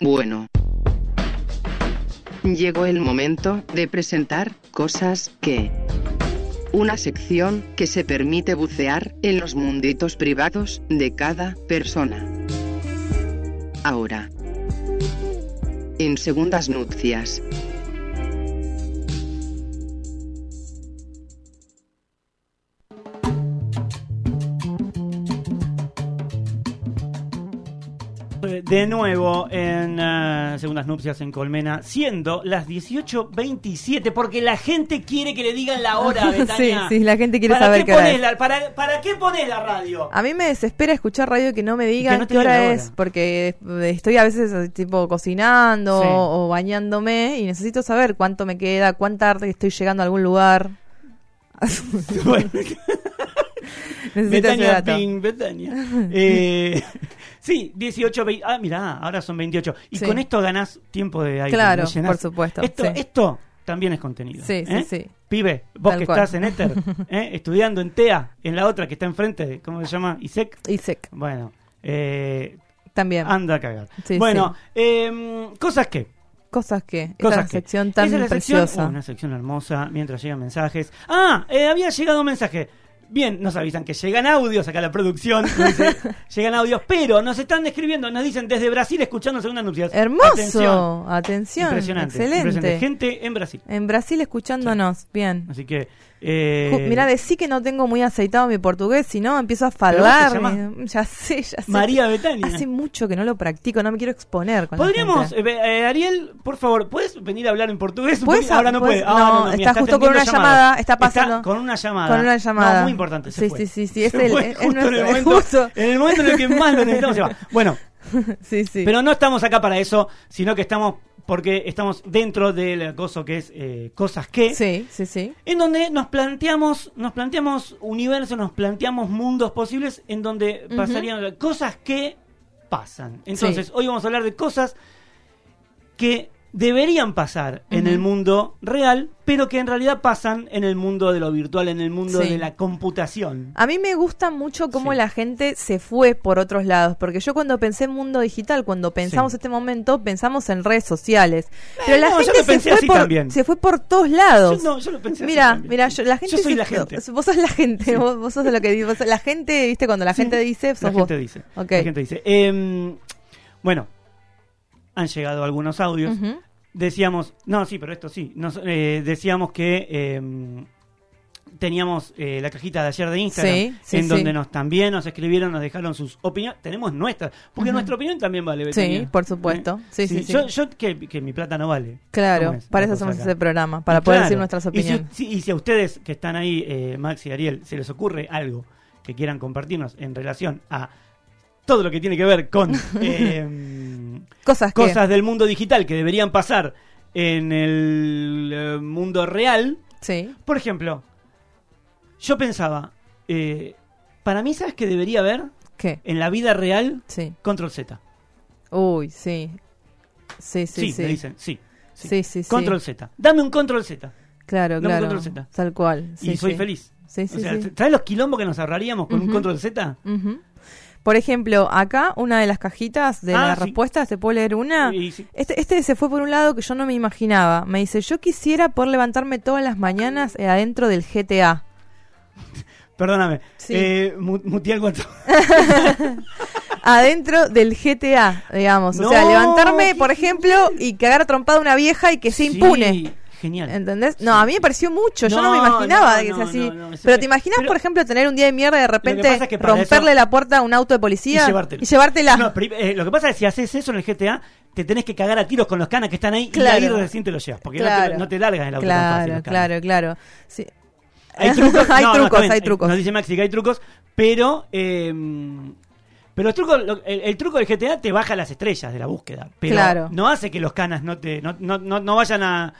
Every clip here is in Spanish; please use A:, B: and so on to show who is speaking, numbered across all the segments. A: Bueno. Llegó el momento de presentar cosas que... Una sección que se permite bucear en los munditos privados de cada persona. Ahora. En segundas nupcias.
B: De nuevo en eh, Segundas Nupcias en Colmena, siendo las 18.27, porque la gente quiere que le digan la hora,
C: Sí,
B: Betania.
C: sí, la gente quiere
B: ¿Para
C: saber
B: qué
C: qué hora
B: ponés
C: es. Ah,
B: la- para, ¿Para qué pones la radio?
C: A mí me desespera escuchar radio que no me digan
B: no te
C: qué
B: digan
C: hora
B: la
C: es,
B: hora.
C: porque estoy a veces eh, tipo cocinando
B: Sí.
C: o bañándome y necesito saber cuánto me queda, cuán tarde estoy llegando a algún lugar.
B: Bueno,
C: Necesito ese
B: Betania,
C: dato.
B: Ping, Betania. Eh, sí, 18, 20. Ah, mirá, ahora son 28. Y
C: Sí.
B: con esto ganás tiempo de aire.
C: Claro,
B: lo llenás.
C: por supuesto,
B: Esto,
C: sí.
B: esto también es contenido.
C: Sí, sí,
B: ¿eh?
C: sí.
B: Pibe, vos
C: Tal
B: que
C: cual.
B: estás en Éter, ¿eh? estudiando en TEA, en la otra que está enfrente, ¿cómo se llama? ISEC.
C: Y sec
B: Bueno, eh,
C: también.
B: anda a cagar.
C: Sí,
B: bueno, em, cosas que.
C: Cosas que.
B: Cosas
C: esa
B: que.
C: sección tan
B: Esa es la sección-
C: preciosa.
B: uh, una sección hermosa mientras llegan mensajes. Ah, eh, había llegado un mensaje. Bien, nos avisan que llegan audios acá la producción. nos dice, llegan audios, pero nos están describiendo, nos dicen desde Brasil escuchando segunda nupcias. Atención.
C: Hermoso. Atención.
B: Impresionante.
C: Excelente.
B: impresionante. Gente en Brasil.
C: En Brasil escuchándonos. Bien.
B: Así que. Eh,
C: Ju- Mirá, decí que no tengo muy aceitado mi portugués, si no empiezo a
B: ¿Pero vos te
C: falar. y- Ya sé, ya sé.
B: María Betania.
C: Hace mucho que no lo practico, no me quiero exponer. con la
B: Podríamos,
C: gente.
B: eh, eh, Ariel, por favor, ¿puedes venir a hablar en portugués?
C: ¿Puedes
B: Porque ahora no
C: puedes-
B: puede. Ah,
C: no,
B: mira,
C: está justo con
B: atendiendo
C: una llamada, está pasando-
B: con una llamada.
C: Con una llamada.
B: No, muy importante. se
C: Sí,
B: fue.
C: sí, sí, sí, es
B: Se
C: el-
B: fue
C: es
B: justo en, el
C: nuestro- es
B: momento,
C: justo.
B: en el momento en el que más lo necesitamos. se va. Bueno,
C: Sí, sí.
B: eh, pero no estamos acá para eso, sino que estamos porque estamos dentro del gozo que es eh, cosas que.
C: Sí, sí, sí.
B: En donde nos planteamos, nos planteamos universos, nos planteamos mundos posibles en donde
C: Ujú.
B: pasarían cosas que pasan. Entonces, hoy vamos a hablar de cosas que deberían pasar en
C: Ujú.
B: el mundo real, pero que en realidad pasan en el mundo de lo virtual, en el mundo
C: Sí.
B: de la computación.
C: A mí me gusta mucho cómo
B: Sí.
C: la gente se fue por otros lados, porque yo cuando pensé en mundo digital, cuando pensamos
B: Sí. Eh,
C: este momento, pensamos en redes sociales. Pero la
B: no, yo
C: gente
B: lo pensé
C: se,
B: así
C: fue
B: también.
C: por, se fue por todos lados.
B: Yo no, yo lo pensé así
C: Mira,
B: también.
C: mira, yo- la gente.
B: Yo soy
C: se-
B: la gente.
C: Vos sos la gente.
B: Sí.
C: Vos, vos sos lo que di- vos- La gente, viste, cuando la
B: Sí,
C: gente dice, sos
B: La
C: vos.
B: gente dice.
C: Ok.
B: La gente dice. Em, bueno, han llegado algunos audios.
C: Ujú.
B: Decíamos, no, sí, pero esto sí. Nos, eh, decíamos que eh, teníamos eh, la cajita de ayer de Instagram,
C: Sí, sí,
B: en
C: sí.
B: donde nos también nos escribieron, nos dejaron sus opiniones. Tenemos nuestras, porque
C: Ujú.
B: nuestra opinión también vale.
C: Sí,
B: Betania.
C: por supuesto.
B: ¿Eh?
C: Sí, sí, sí.
B: Yo, yo que, que mi plata no vale.
C: Claro,
B: ¿Cómo es?
C: para eso
B: Una
C: hacemos
B: cosa
C: este
B: acá.
C: programa, para
B: Y
C: poder
B: claro,
C: decir nuestras
B: y si-
C: opiniones.
B: sí, Y si, a ustedes que están ahí, eh, Max y Ariel, se les ocurre algo que quieran compartirnos en relación a todo lo que tiene que ver con eh,
C: Cosas que.
B: cosas del mundo digital que deberían pasar en el eh, mundo real,
C: Sí.
B: por ejemplo, yo pensaba, eh, para mí, ¿sabes qué debería haber
C: ¿Qué?
B: en la vida real?
C: Sí.
B: Control Z.
C: Uy, sí. Sí, sí, sí.
B: Sí, me dicen, sí. sí.
C: Sí, sí, sí.
B: Control Z. Dame un Control Z.
C: Claro,
B: Dame un
C: claro.
B: control Z.
C: Tal cual.
B: y
C: sí,
B: soy
C: sí.
B: feliz.
C: Sí,
B: o
C: sí,
B: sea,
C: sí.
B: ¿sabes los quilombos que nos ahorraríamos con un
C: Ujú.
B: control Z?
C: Ujú. Por ejemplo, acá una de las cajitas de
B: Ah,
C: las
B: sí.
C: respuestas, ¿te puedo leer una?
B: Y sí.
C: Este, este se fue por un lado que yo no me imaginaba. Me dice, yo quisiera poder levantarme todas las mañanas eh, adentro del GTA.
B: Perdóname.
C: Sí.
B: Eh, mu- muteé el WhatsApp.
C: Adentro del GTA, digamos. O sea,
B: No,
C: levantarme,
B: qué
C: por ejemplo, y cagar trompada a una vieja y que sea
B: Sí,
C: impune.
B: Genial.
C: ¿Entendés? No, a mí me pareció mucho. yo no me
B: No,
C: imaginaba
B: no,
C: que sea
B: no,
C: así.
B: no, no, eso
C: pero
B: me-
C: te imaginas,
B: pero-
C: por ejemplo, tener un día de mierda y de repente
B: pasa es que para
C: romperle
B: eso-
C: la puerta a un auto de policía
B: Y llevártela.
C: llevártela.
B: No, pero, eh, lo que pasa es que si haces eso en el GTA, te tenés que cagar a tiros con los canas que están ahí
C: Claro.
B: y ahí recién te lo llevas. Porque no te- no,
C: Claro.
B: te, largas el auto tan
C: claro,
B: fácil, los canas.
C: claro, claro. Sí.
B: Hay trucos,
C: hay
B: no, no,
C: trucos,
B: está bien.
C: hay trucos.
B: Nos dice Maxi que hay trucos, pero. eh, pero los trucos, lo- el, el truco del GTA te baja las estrellas de la búsqueda. Pero
C: Claro.
B: no hace que los canas no te no, no, no, no vayan a,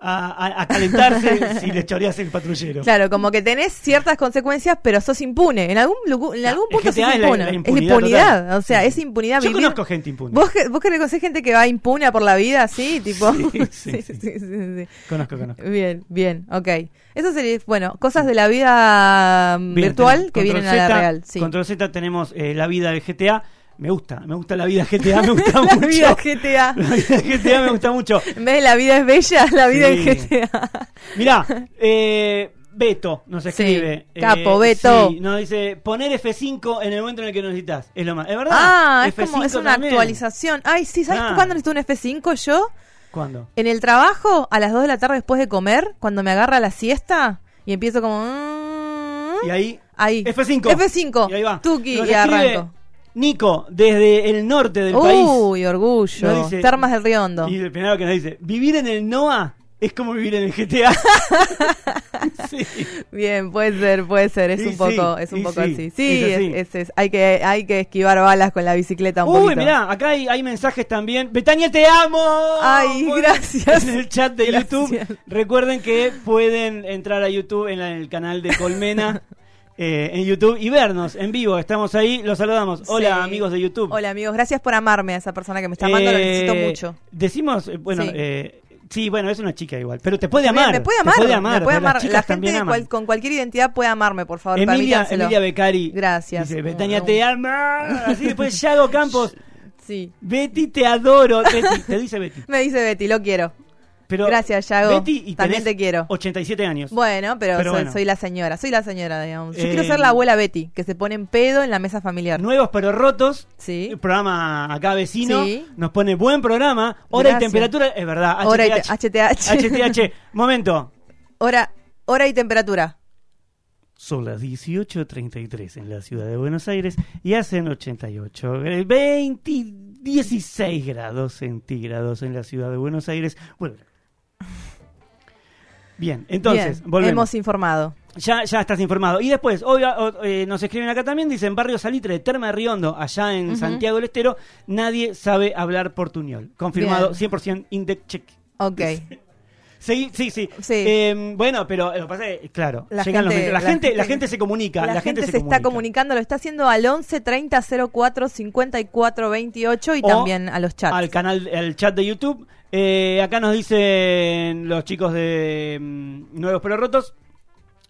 B: a- a- a calentarse si le choreas el patrullero.
C: Claro, como que tenés ciertas consecuencias, pero sos impune. En algún, lugu- en algún
B: el
C: punto
B: GTA
C: sos
B: es la-
C: impune.
B: la
C: Es
B: impunidad
C: impunidad.
B: total.
C: O sea,
B: Sí, sí.
C: es impunidad
B: Yo
C: vivir.
B: conozco gente impune.
C: ¿Vos, que- ¿Vos que le conocés gente que va impune por la vida así? Tipo...
B: Sí, sí, sí.
C: sí, sí, sí.
B: Conozco, conozco.
C: Bien, bien, ok. Eso sería, bueno, cosas de la vida mm,
B: Bien,
C: virtual
B: tenemos
C: que
B: Control
C: vienen a la
B: Z,
C: real. Sí.
B: Control Z tenemos eh, la vida del GTA. Me gusta, me gusta la vida GTA, me gusta
C: La
B: mucho.
C: vida GTA.
B: La vida GTA me gusta mucho.
C: En vez de la vida es bella, la vida
B: Sí.
C: es GTA.
B: Mirá, eh, Beto nos escribe. Eh,
C: Capo, Beto.
B: sí, nos dice, poner F5 en el momento en el que lo necesitas. Es lo más. ¿Es verdad?
C: Ah, es como
B: F5
C: es una
B: también.
C: actualización. Ay, sí, ¿sabes
B: Ah.
C: cuándo necesito un F5 yo?
B: ¿Cuándo?
C: En el trabajo, a las 2 de la tarde después de comer, cuando me agarra la siesta y empiezo como... mm,
B: Y ahí.
C: Ahí.
B: F5.
C: F5.
B: Y ahí va.
C: Tuki,
B: Nos
C: y
B: escribe
C: arranco.
B: Nico, desde el norte del país.
C: Uy, orgullo.
B: Nos dice-
C: Termas del Riondo.
B: Y el primero que nos dice, vivir en el NOA es como vivir en el GTA. sí.
C: Bien, puede ser, puede ser. Es
B: Y
C: un poco,
B: sí,
C: es un
B: y
C: poco
B: sí,
C: así. Sí,
B: es
C: es,
B: así.
C: es- es- Hay, que, hay que esquivar balas con la bicicleta un
B: Uy,
C: poquito.
B: mirá, acá hay, hay mensajes también. Betania, te amo.
C: Ay,
B: Por-
C: gracias.
B: En el chat de
C: Gracias.
B: YouTube. Recuerden que pueden entrar a YouTube en, la- en el canal de Colmena. eh, en YouTube y vernos en vivo, estamos ahí, los saludamos. Hola
C: Sí.
B: amigos de YouTube.
C: Hola, amigos. Gracias por amarme a esa persona que me está amando. Lo
B: Eh,
C: necesito mucho.
B: Decimos, eh, bueno,
C: Sí.
B: eh, sí, bueno, es una chica igual, pero te puede
C: Bien,
B: amar.
C: me puede
B: te
C: amar,
B: puede amar,
C: me puede
B: pero las
C: amar.
B: chicas
C: La gente
B: también
C: de
B: aman.
C: cual- con cualquier identidad puede amarme, por favor.
B: Emilia,
C: permítanselo.
B: Emilia Becari.
C: Gracias.
B: Dice, Betania, te amo. Así después Yago Campos.
C: Sí.
B: Betty, te adoro. Betty, te dice Betty.
C: Me dice Betty, lo quiero.
B: Pero
C: Gracias, Yago.
B: Betty, y
C: También
B: tenés
C: te quiero.
B: 87 años.
C: Bueno, pero,
B: Pero
C: soy,
B: bueno.
C: soy la señora, soy la señora, digamos. Yo
B: Eh,
C: quiero ser la abuela Betty, que se pone en pedo en la mesa familiar.
B: Nuevos pero rotos.
C: Sí.
B: El programa acá vecino
C: Sí.
B: nos pone buen programa. Hora y
C: Gracias.
B: temperatura. Es verdad.
C: Hora y
B: HTH.
C: te- HTH.
B: HTH. Momento.
C: Hora, hora y temperatura.
B: Son las 18.33 en la ciudad de Buenos Aires y eh, hacen 88, gra- 20, 16 grados centígrados en la ciudad de Buenos Aires. Bueno. Bien, entonces,
C: Bien,
B: volvemos.
C: hemos informado.
B: Ya, ya estás informado. Y después, hoy, o- eh, nos escriben acá también, dicen Barrio Salitre de Terma de Riondo, allá en
C: Ujú.
B: Santiago del Estero, nadie sabe hablar portuñol. Confirmado,
C: Bien.
B: 100% index check.
C: Ok.
B: Sí, sí, sí.
C: Sí.
B: Eh, bueno, pero lo que pasa es, claro,
C: La
B: llegan los
C: gente-
B: mensajes. la,
C: la
B: gente, la
C: gente-
B: gente se comunica,
C: La,
B: la,
C: gente, se,
B: comunica.
C: está comunicando, lo está haciendo al 11 30 04 54 28 y
B: O
C: también a los chats.
B: Al canal, al chat de YouTube. Eh, acá nos dicen los chicos de mm, Nuevos Pero Rotos.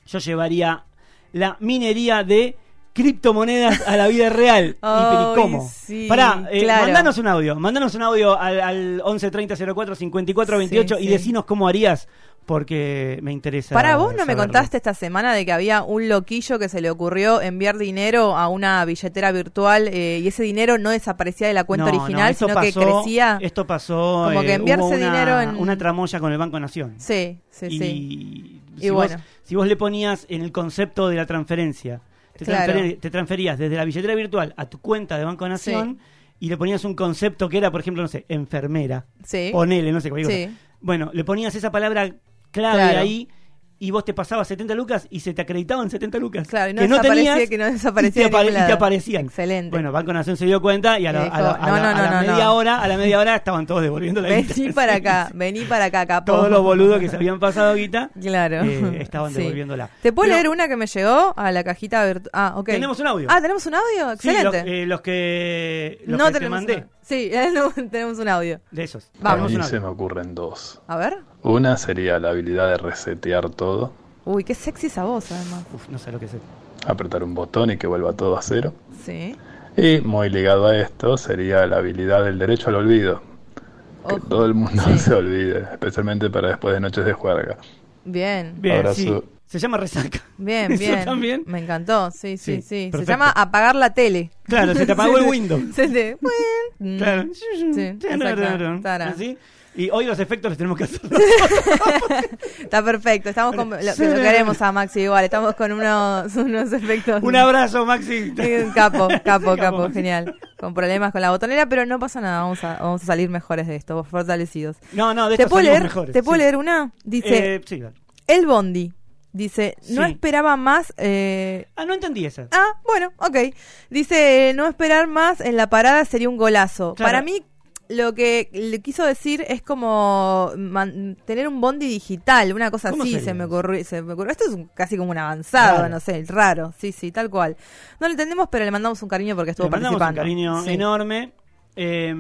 B: Yo llevaría la minería de criptomonedas a la vida real. Y, pero,
C: Ay,
B: ¿Cómo?
C: sí,
B: Pará, eh,
C: claro.
B: mandanos un audio. Mandanos un audio al, al 11 30 04 54 28
C: Sí,
B: y
C: sí.
B: decinos cómo harías, porque me interesa.
C: Para vos no me
B: saberlo.
C: contaste esta semana de que había un loquillo que se le ocurrió enviar dinero a una billetera virtual eh, y ese dinero no desaparecía de la cuenta
B: No, no,
C: original,
B: esto
C: sino que
B: pasó-
C: crecía.
B: Esto pasó. eh,
C: Como
B: hubo
C: que enviarse
B: una-
C: dinero en-
B: Una tramoya con el Banco Nación.
C: Sí, sí,
B: y
C: sí.
B: si,
C: Y
B: vos,
C: bueno.
B: si vos le ponías en el concepto de la transferencia, te,
C: Claro.
B: transferi- te transferías desde la billetera virtual a tu cuenta de Banco Nación y le ponías un concepto que era, por ejemplo, no sé, enfermera,
C: Sí.
B: ponele, no sé, cualquier
C: Sí.
B: cosa. Bueno, le ponías esa palabra clave
C: Claro.
B: ahí y vos te pasabas 70 lucas y se te acreditaban 70 lucas.
C: Claro, y no
B: que no
C: desaparecía,
B: tenías
C: que no desaparecía
B: y
C: de
B: te, apare-
C: ningún
B: y te
C: lado.
B: aparecían.
C: Excelente.
B: Bueno, Banco Nación se dio cuenta y a la,
C: Y
B: a la-
C: dijo,
B: a la-
C: no, no,
B: a la
C: no, no,
B: media
C: no.
B: hora, a la media hora estaban todos devolviendo la guita.
C: Vení para acá, vení para acá, capo.
B: Todos los boludos que se habían pasado guita
C: Claro.
B: eh, estaban
C: Sí.
B: devolviéndola.
C: ¿Te puedo
B: Pero
C: leer una que me llegó a la cajita virtual? Ah, ok.
B: Tenemos un audio.
C: Ah, ¿tenemos un audio?
B: sí, los,
C: Excelente.
B: eh, los que, los
C: no
B: que te
C: tenemos
B: mandé,
C: un- Sí, eh, no, tenemos un audio.
B: de esos.
C: Vamos.
D: A mí
B: Tenemos un
D: se me
B: audio.
D: ocurren dos.
C: A ver.
D: Una sería la habilidad de resetear todo,
C: Uy, qué sexy esa voz, además.
B: Uf, no sé lo que es eso.
D: apretar un botón y que vuelva todo a cero.
C: Sí.
D: Y muy ligado a esto sería la habilidad del derecho al olvido, que
C: Ojo.
D: todo el mundo
C: Sí.
D: se olvide, especialmente para después de noches de juerga.
C: Bien,
B: Bien,
D: Abrazo.
B: sí. Se llama resaca.
C: bien,
B: Eso
C: bien. Mm.
B: también.
C: Me encantó, sí, sí,
B: Sí,
C: sí. Se
B: perfecto.
C: llama apagar la tele.
B: Claro, se te apagó el Windows.
C: Se te... Mm.
B: Claro.
C: exacto. Tara.
B: Así. Y hoy los efectos los tenemos que hacer.
C: Está perfecto, estamos con... Lo, lo queremos a Maxi igual, estamos con unos, unos efectos...
B: Un abrazo, Maxi.
C: Eh, Capo, capo, capo,
B: Capo.
C: genial. Con problemas con la botonera, pero no pasa nada, vamos a, vamos a salir mejores de esto, fortalecidos.
B: No, no, de
C: ¿Te
B: estos
C: puedo,
B: salimos
C: leer,
B: mejores.
C: ¿Te puedo
B: sí.
C: leer una? Dice,
B: Eh, sí, dale.
C: el Bondi. Dice, no
B: Sí.
C: esperaba más... Eh,
B: Ah, no entendí esa.
C: Ah, bueno, ok. Dice, eh, no esperar más en la parada sería un golazo.
B: Claro.
C: Para mí, lo que le quiso decir es como man- tener un bondi digital, una cosa
B: ¿Cómo
C: así,
B: sería
C: se me,
B: eso?
C: ocurrió, se me ocurrió. Esto es un- casi como un avanzado,
B: Raro.
C: no sé, raro. Sí, sí, tal cual. No lo entendemos, pero le mandamos un cariño porque estuvo
B: Le mandamos un
C: participando.
B: cariño
C: Sí.
B: enorme. Eh,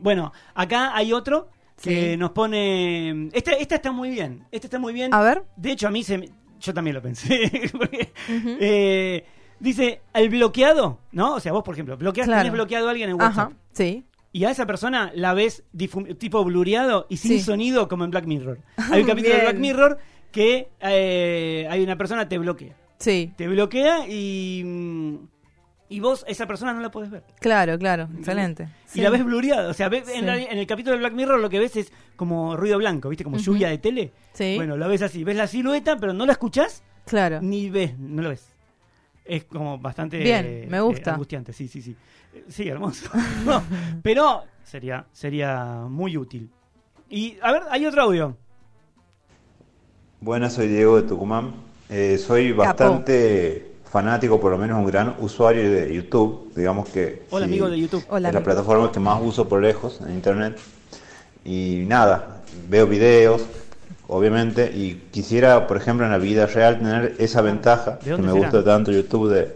B: bueno, acá hay otro que
C: Sí.
B: nos pone. em, Esta, esta está muy bien. Esta está muy bien.
C: A ver.
B: De hecho, a mí se. me- Yo también lo pensé. porque,
C: Ujú.
B: eh, Dice, al bloqueado, ¿no? O sea, vos, por ejemplo, bloqueas,
C: Claro.
B: tenés bloqueado a alguien en WhatsApp.
C: Ajá, sí.
B: Y a esa persona la ves difu- tipo blureado y sin
C: Sí.
B: sonido como en Black Mirror. Hay un capítulo de
C: Bien.
B: Black Mirror que eh, hay una persona te bloquea.
C: Sí,
B: Te bloquea y, mm, y vos a esa persona no la podés ver.
C: claro, claro, excelente.
B: Y la ves blureada. O sea, ves-
C: Sí.
B: en, realidad- en el capítulo de Black Mirror lo que ves es como ruido blanco, ¿viste? Como
C: Ujú.
B: lluvia de tele.
C: Sí,
B: Bueno, lo ves así. Ves la silueta, pero no la escuchás
C: claro.
B: ni ves, no lo ves. Es como bastante
C: Bien,
B: eh,
C: me gusta.
B: eh, angustiante, sí, sí, sí. Eh, Sí, hermoso. No, pero sería, sería muy útil. Y a ver, hay otro audio.
E: Buenas, soy Diego de Tucumán. Eh, soy bastante fanático, por lo menos un gran usuario de YouTube. Digamos que
B: Hola,
E: sí,
B: amigo de YouTube.
C: Hola,
E: es la
C: amigo.
E: plataforma que más uso por lejos en Internet. Y nada, veo videos, obviamente, y quisiera, por ejemplo, en la vida real tener
C: Ah,
E: esa ventaja
B: ¿De
E: que
B: dónde
E: me
B: será?
E: gusta tanto YouTube de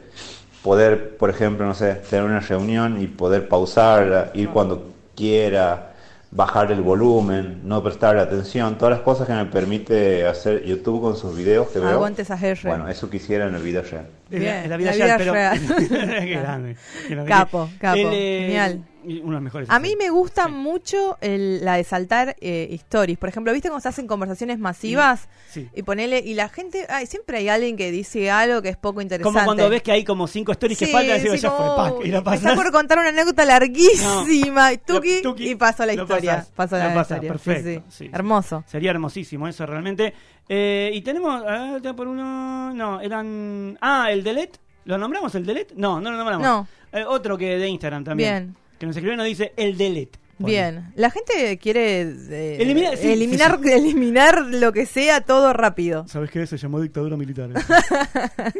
E: poder, por ejemplo, no sé, tener una reunión y poder pausarla,
C: Ah.
E: ir cuando quiera, bajar el volumen, no prestar atención, todas las cosas que me permite hacer YouTube con sus videos que veo.
C: Aguante esa R.
E: Bueno, eso quisiera en la vida real.
B: Es
C: Bien,
B: es vida real,
C: la vida
B: pero-
C: real.
B: Qué grande, qué grande.
C: Capo, capo,
B: eh,
C: genial.
B: y uno de los mejores.
C: A mí me gusta
B: Sí.
C: mucho el- la de saltar eh, stories. Por ejemplo, ¿viste cómo se hacen conversaciones masivas?
B: Sí.
C: Y ponele, y la gente, ay, siempre hay alguien que dice algo que es poco interesante.
B: Como cuando ves que hay como cinco stories que
C: Sí,
B: faltan, decís,
C: sí,
B: ya fue,
C: como,
B: pack, y la
C: me está
B: pasás.
C: por contar una anécdota larguísima, y tuki,
B: tuki,
C: y pasó la
B: lo
C: historia.
B: pasás,
C: Pasó
B: la
C: la,
B: pasás,
C: historia. Sí,
B: perfecto,
C: sí.
B: sí.
C: Hermoso.
B: Sería hermosísimo eso realmente. Eh, y tenemos, a ver, ya por uno, no, eran, ah, el delete, ¿lo nombramos el delete? No, no lo nombramos.
C: No.
B: Eh, otro que de Instagram también.
C: Bien.
B: Que nos escribió y nos dice el delete. Pone.
C: Bien, la gente quiere eh,
B: Elimina- sí,
C: eliminar,
B: sí,
C: eliminar lo que sea todo rápido.
B: ¿Sabes qué? Se llamó dictadura militar. ¿eh?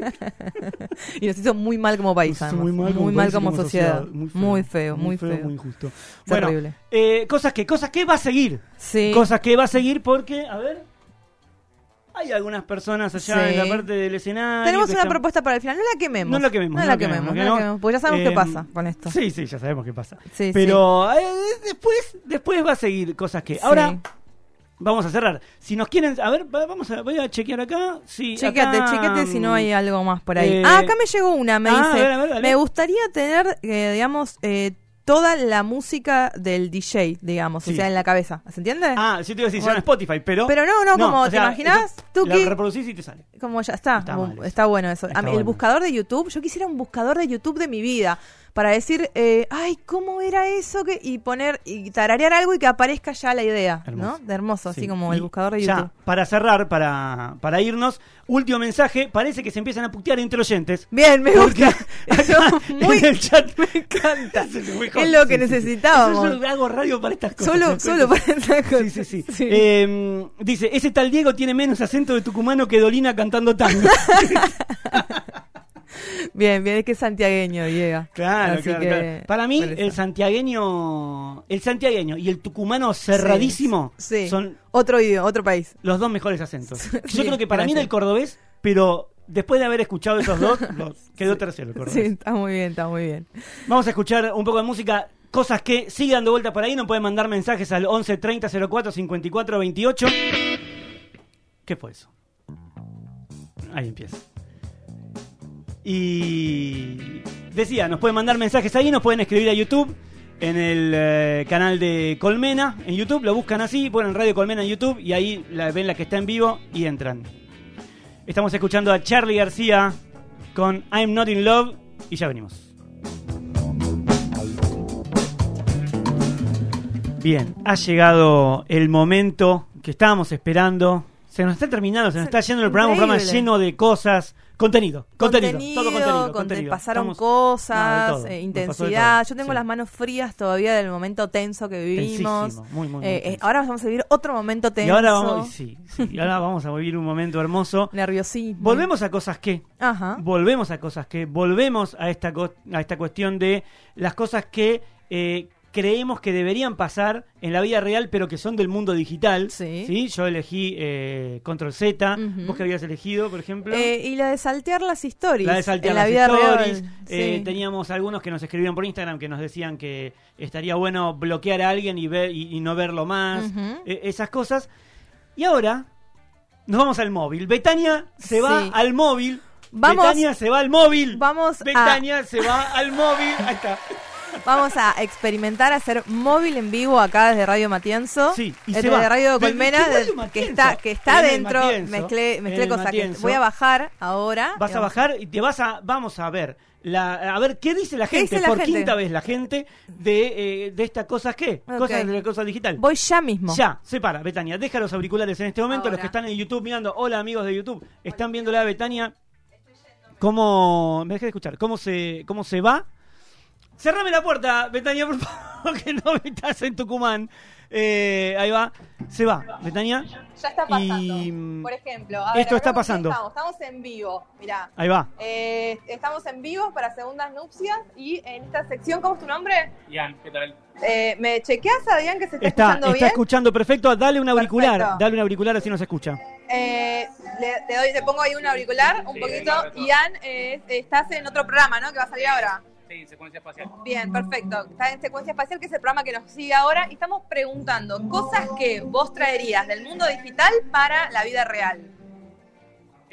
C: Y nos hizo muy mal como país, además.
B: muy mal como, país y
C: como sociedad.
B: Muy feo,
C: Muy feo, muy feo.
B: Muy injusto.
C: Es
B: Bueno,
C: horrible.
B: eh, cosas que, cosas que va a seguir.
C: Sí.
B: Cosas que va a seguir porque, a ver, hay algunas personas allá
C: Sí.
B: en la parte del escenario.
C: Tenemos
B: que
C: una
B: están-
C: propuesta para el final. No la quememos.
B: No la quememos,
C: No
B: no
C: la
B: la quememos,
C: quememos.
B: que
C: no la
B: no.
C: quememos, Porque ya sabemos
B: Eh,
C: qué pasa con esto.
B: Sí, sí, ya sabemos qué pasa.
C: Sí,
B: Pero eh, después, después va a seguir cosas que.
C: sí.
B: Ahora vamos a cerrar. Si nos quieren, a ver, va- vamos a, voy a chequear acá. Si
C: Chequete,
B: acá,
C: chequete si no hay algo más por ahí.
B: eh,
C: ah, acá me llegó una, me
B: ah,
C: dice.
B: a ver, a ver, dale.
C: me gustaría tener, eh, digamos, eh, toda la música del DJ, digamos,
B: Sí.
C: o sea, en la cabeza. ¿Se entiende?
B: Ah, sí te iba a decir, ya en Spotify, pero.
C: Pero no, no, como,
B: o
C: ¿te
B: sea,
C: imaginás?
B: eso-
C: Tú
B: la
C: que-
B: reproducís y te sale.
C: Como ya está,
B: Está
C: como-
B: mal eso.
C: está bueno eso.
B: Está
C: A mí, El
B: bueno.
C: buscador de YouTube, yo quisiera un buscador de YouTube de mi vida para decir, eh, ay, ¿cómo era eso? Que, y poner, y tararear algo y que aparezca ya la idea,
B: Hermoso.
C: ¿no? De hermoso,
B: Sí.
C: así como
B: Y
C: el buscador de
B: ya,
C: YouTube.
B: para cerrar, para, para irnos, último mensaje. Parece que se empiezan a putear entre oyentes.
C: Bien, me
B: Porque
C: gusta. Eso
B: acá
C: muy,
B: en el chat
C: me encanta.
B: Eso fue
C: Es
B: joven,
C: lo
B: sí,
C: que
B: sí, sí.
C: necesitábamos.
B: Yo, yo hago radio para estas cosas.
C: Solo,
B: ¿te das
C: solo
B: cuenta?
C: para esa cosa.
B: Sí, sí, sí. Eh, dice, ese tal Diego tiene menos acento de tucumano que Dolina cantando tango.
C: Bien, bien, es que es santiagueño, llega.
B: claro,
C: Así
B: claro,
C: que,
B: claro. Para mí,
C: por eso.
B: el santiagueño, el santiagueño y el tucumano cerradísimo
C: Sí, sí.
B: son
C: Otro idioma, otro país.
B: los dos mejores acentos. Yo
C: Sí,
B: creo que para mí
C: gracias.
B: era el cordobés, pero después de haber escuchado esos dos, lo- quedó tercero el
C: Sí,
B: cordobés.
C: está muy bien, está muy bien.
B: Vamos a escuchar un poco de música. Cosas que sigan dando vueltas por ahí. Nos pueden mandar mensajes al 11 30 04 54 28. ¿Qué fue eso? Ahí empieza. Y. Decía, nos pueden mandar mensajes ahí, nos pueden escribir a YouTube. En el eh, canal de Colmena, en YouTube, lo buscan así, ponen Radio Colmena en YouTube y ahí la, ven la que está en vivo y entran. Estamos escuchando a Charlie García con I'm Not in Love y ya venimos. Bien, ha llegado el momento que estábamos esperando. Se nos está terminando, se nos está yendo el programa, un programa
C: Increíble.
B: lleno de cosas. Contenido, contenido, todo contenido.
C: conte-
B: contenido.
C: Pasaron
B: Estamos-
C: cosas,
B: no, de todo, nos
C: eh,
B: pasó de
C: intensidad.
B: todo,
C: Yo tengo
B: sí.
C: las manos frías todavía del momento tenso que vivimos.
B: Tensísimo, muy, muy, muy
C: Eh, eh,
B: tenso.
C: ahora vamos a vivir otro momento tenso.
B: Y ahora vamos, sí, sí, y ahora vamos a vivir un momento hermoso.
C: Nerviosismo.
B: Volvemos a cosas que,
C: Ajá.
B: volvemos a cosas que, volvemos a esta, co- a esta cuestión de las cosas que eh, creemos que deberían pasar en la vida real, pero que son del mundo digital.
C: Sí.
B: Yo elegí eh, Control Z,
C: Ujú.
B: vos que habías elegido, por ejemplo.
C: Eh, y la de saltear las historias.
B: La de saltear
C: en la
B: las
C: vida
B: stories.
C: real.
B: Eh,
C: Sí.
B: Teníamos algunos que nos escribían por Instagram que nos decían que estaría bueno bloquear a alguien y, ver, y, y no verlo más.
C: Ujú.
B: Eh, esas cosas. Y ahora nos vamos al móvil. Betania se va
C: Sí.
B: al móvil
F: Vamos,
B: Betania se va al móvil.
F: Vamos a-
B: Betania se va al móvil. Ahí está.
F: vamos a experimentar hacer móvil en vivo acá desde Radio Matienzo.
B: Sí,
C: Eh,
B: y
F: desde
B: se va.
F: Radio
B: Desde
F: Colmena,
B: Radio
F: de- que
B: Matienzo.
F: está, que está
B: En el
F: dentro.
B: Matienzo.
F: Mezclé,
B: En
F: mezclé
B: el
F: cosas que
B: Matienzo.
F: voy a bajar ahora.
B: Vas a
F: Digamos,
B: bajar y te vas a. Vamos a ver. La, a ver, ¿qué dice la
F: ¿Qué
B: gente?
F: dice la
B: Por
F: gente?
B: quinta vez la gente de, eh, de estas cosas, ¿qué?
F: Ok.
B: Cosas de la cosa digital.
F: Voy ya mismo.
B: Ya, se para, Betania. Deja los auriculares en este momento. Los
F: Ahora.
B: que están en YouTube mirando. Hola, amigos de YouTube. Están viendo la Betania. ¿Cómo. Me dejé de escuchar. ¿Cómo se, cómo se va? Cerrame la puerta, Betania, por favor, que no estás en Tucumán. Eh, ahí va. Se va, Betania.
C: Ya está pasando.
B: Y- mm,
C: Por ejemplo, a ver,
B: esto está
C: hablamos de
B: pasando.
C: qué Estamos, estamos en vivo, mirá.
B: Ahí va.
C: Eh, estamos en vivo para segundas nupcias y en esta sección, ¿cómo es tu nombre?
G: Ian, ¿qué tal?
C: Eh, ¿Me chequeas, Adrián, que se está,
B: Está,
C: escuchando
B: está
C: bien?
B: escuchando perfecto. Dale un auricular.
C: Perfecto.
B: Dale un auricular así nos escucha.
C: Eh, le, te doy, te pongo ahí un auricular, un
G: Sí,
C: poquito.
G: venga, retorno.
C: Ian, eh, estás en otro programa, ¿no? Que va a salir ahora.
G: Sí, secuencia espacial.
C: Bien, perfecto. Está en Secuencia Espacial, que es el programa que nos sigue ahora. Y estamos preguntando cosas que vos traerías del mundo digital para la vida real.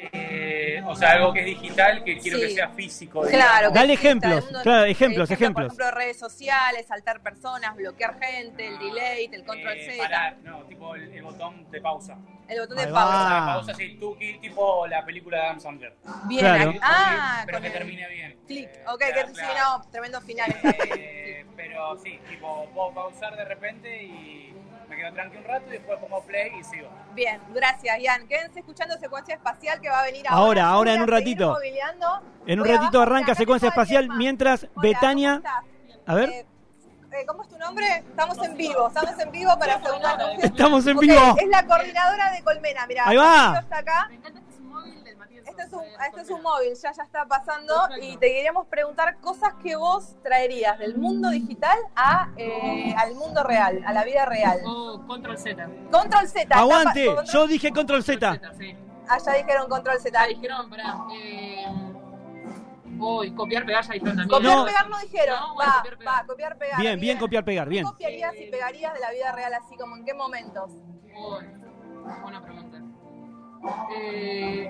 G: Eh, o sea, algo que es digital que quiero
C: Sí.
G: que sea físico.
C: Claro.
B: Dale
C: que exista el
B: ejemplos,
C: mundo-
B: claro, ejemplos,
C: ejemplo,
B: ejemplos.
C: Por ejemplo, redes sociales, saltar personas, bloquear gente, el delay, el control
G: Eh,
C: Z,
G: parar, no, tipo el, el botón de pausa.
C: el botón de
B: Ahí
C: pausa.
B: Ah.
G: La pausa sí, tuki, tipo la película de Adam Sandler.
C: Bien,
B: Claro.
C: ac- ah,
G: pero
C: con
G: que
C: el
G: termine bien.
C: clic.
G: Eh,
C: Ok,
G: claro,
C: que sí,
G: claro.
C: no, tremendo final.
G: Eh, pero sí, tipo, puedo pausar de repente y me quedo tranqui un rato y después pongo play y sigo.
C: Bien, gracias, Ian. Quédense escuchando Secuencia Espacial que va a venir
B: Ahora,
C: ahora.
B: ahora,
C: Voy
B: en
C: a
B: un
C: seguir
B: ratito.
C: movileando.
B: En un
C: Voy
B: ratito
C: abajo,
B: arranca
C: acá
B: secuencia
C: tengo a alguien
B: espacial.
C: más.
B: Mientras
C: Hola,
B: Betania.
C: ¿cómo estás?
B: A ver.
C: Eh, eh, ¿Cómo es tu nombre? Estamos en vivo, estamos en vivo para segunda noche.
B: Estamos en
C: Ok,
B: vivo.
C: Es la coordinadora de Colmena, mira.
B: Ahí va.
C: Está acá. Este es, un, este es un móvil, ya, ya está pasando y te queríamos preguntar cosas que vos traerías del mundo digital a, eh, al mundo real, a la vida real.
H: O Oh, control Z.
C: Control Z. está
B: Aguante.
C: pa- control-
B: Yo dije control Z.
H: sí.
C: Ah, ya dijeron control Z.
H: Ah, dijeron, pará. Eh, uy, copiar, pegar ya dijeron también.
C: Copiar,
B: No.
C: pegar no dijeron.
H: No, bueno,
C: va,
H: copiar, pegar.
C: va, copiar, pegar.
B: Bien, bien copiar, pegar. Bien.
C: ¿Qué copiarías y pegarías de la vida real así como en qué momentos?
H: Uy, buena pregunta. Eh,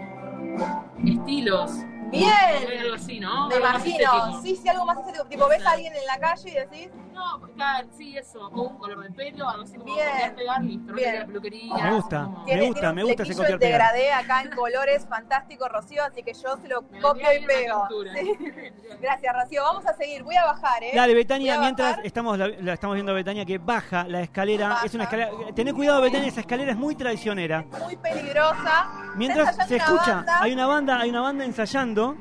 H: estilos.
C: Bien.
H: Algo así, ¿no?
C: Me
H: Algo más
C: imagino.
H: estético.
C: Sí, sí, algo más estético. Tipo, ves a alguien en la calle y decís,
H: No, claro, sí, eso. O un color de pelo, algo así como
C: Bien.
H: copiar, pegar, listo. No
C: Bien.
H: tenía peluquería.
B: Me gusta.
H: como-
B: Me
C: tiene,
B: gusta,
C: tiene un
B: me gusta ese
C: flequillo
B: copiar,
C: de
B: pegar.
C: degradé acá en colores fantástico, Rocío, así que yo se lo
H: Me
C: copio
H: venía
C: y
H: bien la
C: pego.
H: pintura.
C: Sí. Gracias, Rocío. Vamos a seguir. Voy a bajar, ¿eh?
B: Dale,
C: Voy
B: Betania,
C: a
B: mientras
C: bajar.
B: estamos, la, la estamos viendo a Betania que baja la escalera.
C: Baja.
B: Es una escalera. Tené cuidado, Betania, esa escalera es muy traicionera.
C: Muy peligrosa.
B: Mientras
C: Está
B: se
C: ensayando
B: escucha,
C: una banda.
B: hay una banda, hay una banda ensayando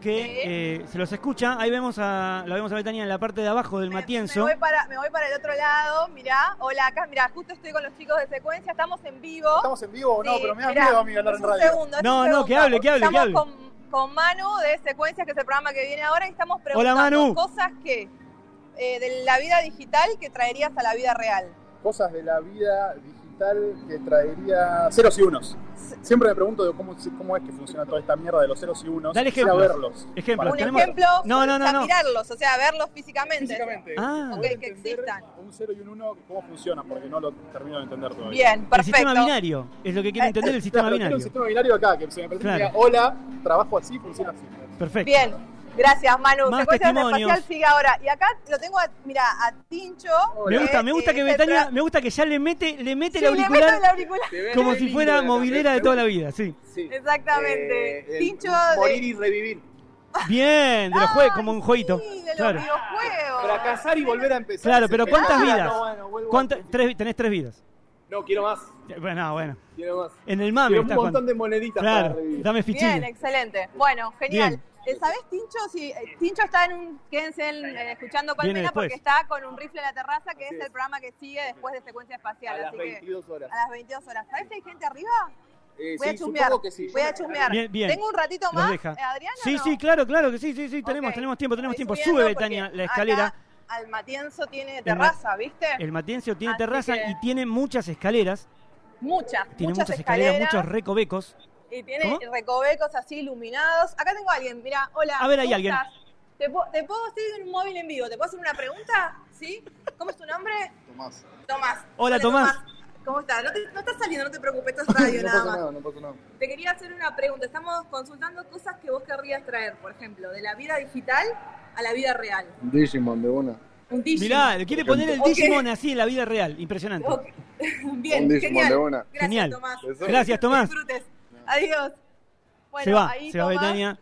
B: que
C: Sí.
B: eh, se los escucha. Ahí vemos a, la vemos a Betania en la parte de abajo del
C: Me-
B: matienzo.
C: Me voy, para, me voy para el otro lado, mirá. Hola, acá, mirá, justo estoy con los chicos de secuencia, estamos en vivo.
I: ¿Estamos en vivo o no?
C: Sí,
I: pero me da
C: mirá,
I: miedo a mí hablar
C: es
I: en
C: un
I: radio.
C: segundo, es
B: No,
C: un
B: no,
C: segundo.
B: que hable, que hable, que
C: Estamos
B: hable.
C: Con, con Manu de Secuencias, que es el programa que viene ahora, y estamos preguntando
B: Manu.
C: cosas que eh, de la vida digital que traerías a la vida real.
I: Cosas de la vida digital que traería ceros y unos. Siempre me pregunto de cómo, cómo es que funciona toda esta mierda de los ceros y unos.
B: Dale
I: Quisiera
B: ejemplos.
I: verlos.
B: Ejemplos,
I: Para
C: un
B: tenemos-
C: ejemplo,
B: No, no, no,
C: o sea,
B: no.
C: mirarlos, o sea, verlos físicamente.
I: Físicamente.
B: Ah.
I: poder
C: Ok, que
I: entender
C: existan.
I: Un cero y un uno, cómo funciona, porque no lo termino de entender todavía.
C: Bien,
B: el sistema
C: perfecto. Eh,
B: binario. Es lo que quiere entender el
I: Claro,
B: sistema
I: pero tiene un
B: binario.
I: sistema binario acá, que se me parece
B: Claro.
I: que diga, hola, trabajo así, funciona así.
B: Perfecto.
C: Bien, gracias Manu.
B: Más
C: Secuencias
B: testimonios.
C: espacial sigue ahora. Y acá lo tengo, a, mira, a Tincho.
B: Me
I: Hola.
B: gusta, me
C: Eh,
B: gusta que
C: eh,
B: Betania,
C: tra-
B: me gusta que ya le mete, le mete
C: Sí,
B: el
C: le meto
B: auricular
C: el auricular.
B: como si fuera movilera de toda la vida, sí.
I: Sí. Eh,
C: Exactamente.
I: el
C: Tincho de-
I: Morir y revivir.
B: Bien, de los juegos, como un
C: Ay,
B: jueguito.
C: Ah, Sí, de los
B: Claro.
C: videojuegos.
I: Fracasar y volver a empezar.
B: Claro, pero
I: Se pega.
B: ¿cuántas
I: Ah,
B: vidas?
I: no, bueno, vuelvo a-
B: ¿Cuánta- tres- tenés tres vidas.
I: No, quiero más.
B: Bueno, bueno.
I: Quiero más.
B: En el mame
I: Quiero un
B: está
I: montón
B: Juan.
I: de moneditas para
B: Claro,
I: revivir.
B: dame
C: Bien,
B: fichines.
C: excelente. Bueno, genial.
B: Bien.
C: ¿Te sabés, Tincho? Si, eh, Tincho está en un. Quédense en- eh, escuchando
B: Viene
C: Colmena
B: después.
C: porque está con un rifle en la terraza, que
I: Así
C: es
I: es.
C: el programa que sigue después de secuencia espacial.
I: A las
C: así que
I: 22 horas.
C: a las 22 horas. ¿Sabés que hay gente arriba?
I: Eh,
C: Voy a
I: sí,
C: chusmear.
I: supongo que sí.
C: Voy a chusmear.
B: Bien, bien.
C: ¿Tengo un ratito
B: Los
C: más,
B: deja.
C: eh, Adrián? o
B: Sí,
C: no?
B: sí, claro, claro que sí, sí, sí, tenemos,
C: Ok.
B: tenemos tiempo, tenemos
C: Estoy
B: tiempo.
C: subiendo
B: Sube Betania
C: porque
B: la escalera.
C: acá Al Matienzo tiene terraza, ¿viste?
B: El Matienzo tiene
C: Así
B: terraza
C: que-
B: y tiene muchas escaleras,
C: muchas,
B: tiene
C: muchas,
B: muchas escaleras,
C: escaleras.
B: muchos recovecos.
C: Y tiene
B: ¿Cómo?
C: recovecos así iluminados. Acá tengo a alguien, mira, hola.
B: A ver, hay
C: ¿cómo
B: alguien.
C: estás? ¿Te, po- te puedo hacer un móvil en vivo? ¿Te puedo hacer una pregunta? ¿Sí? ¿Cómo es tu nombre?
I: Tomás.
C: Tomás.
B: Hola, Tomás.
C: ¿Cómo ¿Cómo estás? No, te, no estás saliendo, no te preocupes, esto es radio
I: no
C: nada
I: pasa
C: más.
I: nada, no pasa nada.
C: Te quería hacer una pregunta. Estamos consultando cosas que vos querrías traer, por ejemplo, de la vida digital a la vida real.
I: Digimon de una.
C: Un Digimon.
B: Mirá, le quiere poner el
C: Ok.
B: Digimon así en la vida real. Impresionante.
C: Ok. Bien,
I: Un Digimon
C: genial.
I: de una.
C: Gracias,
B: Genial.
C: Tomás.
I: Eso.
B: Gracias, Tomás.
C: Disfrutes. Adiós. Bueno,
B: se va,
C: ahí
B: se va
C: Tomás.
B: Betania.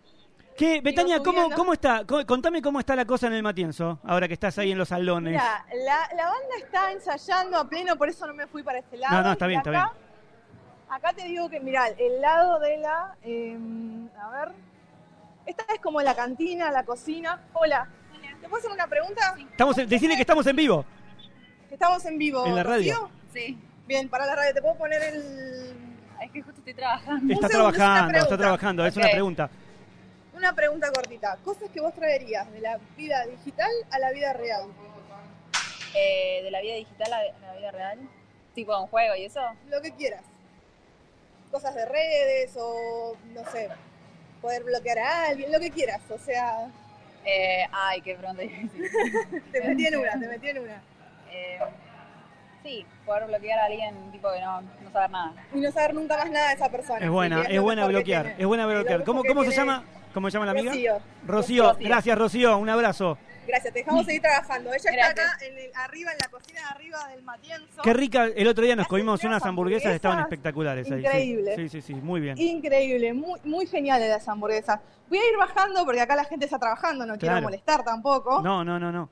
B: ¿Qué, Betania, ¿cómo,
C: subiendo.
B: cómo está? Co- Contame cómo está la cosa en el Matienzo, ahora que estás ahí en los salones.
C: Mira, la, la banda está ensayando a pleno, por eso no me fui para este lado.
B: No, no, está
C: Y
B: bien, está
C: acá, Acá te digo que, mirá, el lado de la. eh, a ver. Esta es como la cantina, la cocina. Hola. ¿Te puedo hacer una pregunta?
B: Estamos en- decirle que estamos en vivo.
C: Estamos en vivo.
B: En la radio.
C: Rocío.
H: Sí,
C: Bien, para la radio. ¿Te puedo poner el.
H: es que justo estoy
B: Está
H: trabajando.
C: es una
B: trabajando, está
C: pregunta.
B: trabajando, es una
H: Ok.
B: pregunta.
C: Una pregunta cortita. Cosas que vos traerías de la vida digital a la vida real.
H: Eh, de la vida digital a la vida real. Tipo un juego y eso.
C: lo que quieras. Cosas de redes o, no sé, poder bloquear a alguien, lo que quieras. O sea,
H: Eh, ay, qué pronto difícil.
C: te metí en una, te metí en una.
H: Eh, sí, poder bloquear a alguien tipo que no, no saber nada.
C: Y no saber nunca más nada de esa persona.
B: Es buena,
C: Porque
B: es
C: lo
B: buena
C: mejor que
B: bloquear,
C: tiene.
B: es buena
C: Lo
B: bloquear.
C: mejor
B: ¿Cómo,
C: que
B: cómo se
C: tiene
B: llama? ¿Cómo se llama la amiga?
C: Rocío.
B: Rocío,
H: Rocío.
B: gracias Rocío, un abrazo.
C: Gracias, te dejamos seguir trabajando. Ella
H: Gracias.
C: está acá en el- arriba, en la cocina de arriba del Matienzo.
B: Qué rica, el otro día nos
C: Hace
B: comimos
C: unas
B: unas hamburguesas,
C: hamburguesas
B: estaban espectaculares ahí. sí.
C: increíbles.
B: Sí, sí, sí, muy bien.
C: Increíble, muy, muy genial las hamburguesas. Voy a ir bajando porque acá la gente está trabajando, no quiero
B: Claro.
C: molestar tampoco.
B: No, no, no, no.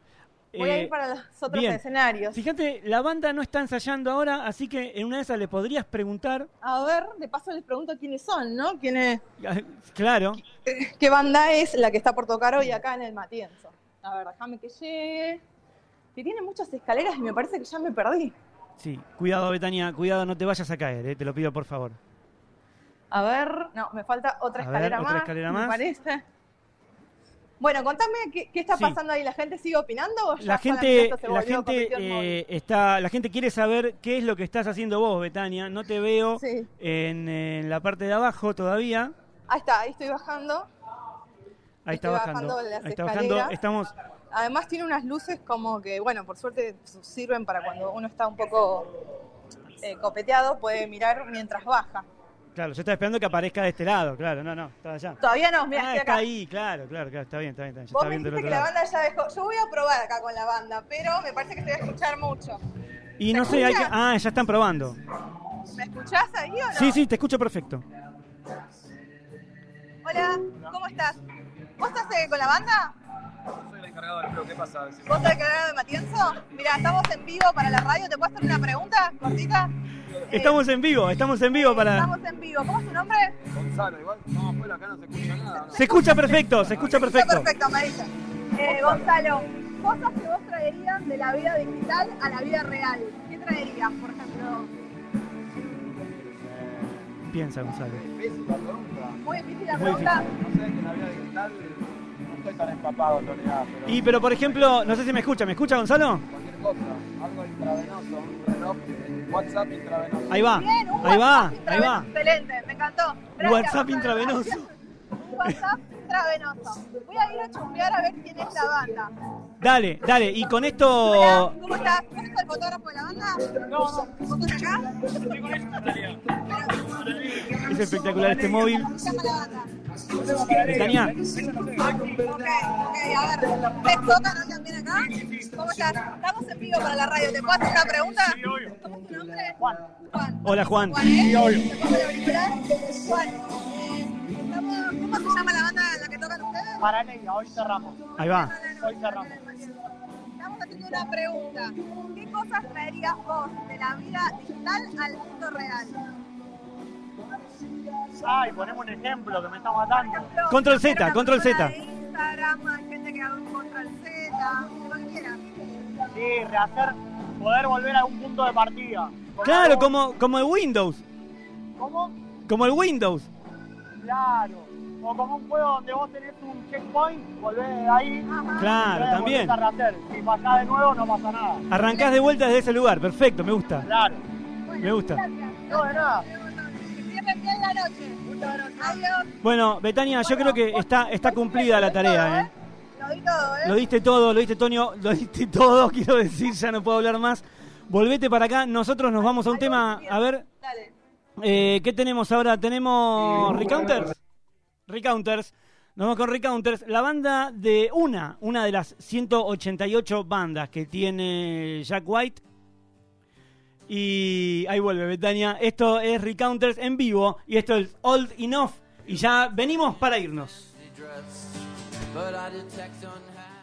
C: Voy a
B: Eh,
C: ir para los otros
B: bien.
C: escenarios.
B: Fíjate, la banda no está ensayando ahora, así que en una de esas le podrías preguntar.
C: A ver, de paso les pregunto quiénes son, ¿no? ¿Quién es?
B: Claro,
C: ¿Qué banda es la que está por tocar hoy acá en el Matienzo? A ver, déjame que llegue. Que tiene muchas escaleras y me parece que ya me perdí.
B: sí. Cuidado, Betania, cuidado, no te vayas a caer, eh, te lo pido por favor.
C: A ver, no, me falta otra
B: A ver,
C: escalera
B: otra
C: más.
B: escalera
C: me
B: más.
C: parece. Bueno, contame qué, qué está
B: Sí.
C: pasando ahí. ¿La gente sigue opinando o ya
B: La
C: solamente
B: gente,
C: esto se
B: la
C: volvió
B: gente
C: competición móvil?
B: eh, está, la gente quiere saber qué es lo que estás haciendo vos, Betania. No te veo
C: Sí.
B: en, eh, la parte de abajo todavía.
C: Ahí está, ahí estoy bajando.
B: Ahí está
C: Estoy
B: bajando.
C: bajando las
B: Ahí está bajando.
C: escaleras.
B: Estamos
C: Además tiene unas luces como que, bueno, por suerte sirven para cuando uno está un poco eh, copeteado, puede mirar mientras baja.
B: Claro, yo estaba esperando que aparezca de este lado, claro, no, no, está allá.
C: Todavía no, mira,
B: Ah,
C: estoy
B: está
C: acá.
B: ahí, claro, claro, claro, está bien, está bien, está bien. Yo
C: Vos
B: estaba
C: me
B: viendo el
C: dijiste que
B: otro
C: la
B: lado.
C: banda ya dejó. Yo voy a probar acá con la banda, pero me parece que te voy a escuchar mucho.
B: Y no
C: ¿Se
B: sé, hay que...
C: escucha?
B: ah, ya están probando.
C: ¿Me escuchás ahí o no?
B: Sí, sí, te escucho perfecto.
C: Hola, ¿cómo estás? ¿Vos estás eh, con la banda?
G: soy el encargado del ¿qué pasa?
C: ¿Vos estás cargado de Matienzo? Mira, estamos en vivo para la radio. ¿Te puedo hacer una pregunta cortita? Eh,
B: Estamos en vivo, estamos en vivo para.
C: Estamos en vivo. ¿Cómo es tu nombre?
G: Gonzalo, igual, no, afuera acá no se escucha nada.
B: Se escucha perfecto, se escucha perfecto.
C: Perfecto, me dice. Eh, Gonzalo, cosas que vos traerías de la vida digital a la vida real. ¿Qué traerías, por ejemplo?
B: Piensa, Gonzalo.
I: Difícil la pregunta.
C: Muy difícil la
B: Muy
C: pregunta.
I: No sé, que en la vida digital eh, no estoy tan empapado en realidad, pero
B: Y pero por ejemplo, no sé si me escucha, ¿me escucha Gonzalo?
I: cualquier cosa, algo intravenoso, un reloj, eh, WhatsApp intravenoso.
B: Ahí va,
C: Bien, un
B: Ah, ahí va,
C: WhatsApp
B: ahí
C: intravenoso.
B: va.
C: Excelente, me encantó. Gracias,
B: WhatsApp
C: Gonzalo.
B: intravenoso.
C: Un WhatsApp intravenoso. Voy a ir a chumbear a ver quién es la banda.
B: Dale, dale, y con
C: Hola,
B: esto.
C: ¿cómo estás? ¿Vos sos el fotógrafo de la banda? No, no. ¿Vos sos acá?
G: Estoy con ellos en realidad.
B: Es espectacular este móvil.
C: ¿Cómo se llama la banda?
B: Betania,
C: Ok, ok, a ver. ¿Ves Zócalo también acá? ¿Cómo estás? Estamos en vivo para la radio. ¿Te puedo hacer una pregunta? ¿Cómo es tu nombre? Juan. Juan.
B: Hola, Juan.
C: ¿eh? ¿Te pongo el auricular? Juan. eh, estamos- ¿Cómo se llama la banda en la que tocan ustedes?
B: ahí va.
C: Estamos haciendo una pregunta. ¿Qué cosas traerías vos de la vida digital al mundo real?
G: Ay, ponemos un ejemplo que me está matando.
C: Ejemplo,
B: Control Z,
C: hacer una
B: control
C: persona
B: Z.
C: de Instagram, hay gente que haga un control Z, lo que quieras.
G: Sí, rehacer, poder volver a un punto de partida.
B: Claro, como, como el Windows.
G: ¿Cómo?
B: Como el Windows.
G: Claro. O como un juego donde vos tenés un checkpoint, volvés de ahí.
B: Claro, también.
G: Si pasás de nuevo, no pasa nada.
B: Arrancás de vuelta desde ese lugar, perfecto, me gusta.
G: Claro.
B: Me gusta.
G: No, de nada.
C: Siempre bien la noche. Muchas gracias. Adiós.
B: Bueno, Betania, Ah, yo creo que está, está cumplida la tarea, ¿eh?
C: Lo di todo, ¿eh?
B: Lo diste todo, lo diste Tonio, lo diste todo, quiero decir, ya no puedo hablar más. Volvete para acá. Nosotros nos vamos a un tema. A ver. eh, ¿Qué tenemos ahora? Tenemos Recounters. Recounters. Nos vamos con Recounters. La banda de una, una de las 188 bandas que tiene Jack White. Y ahí vuelve Betania. Esto es Recounters en vivo. Y esto es Old Enough. Y ya venimos para irnos.
J: But I detect unhappy.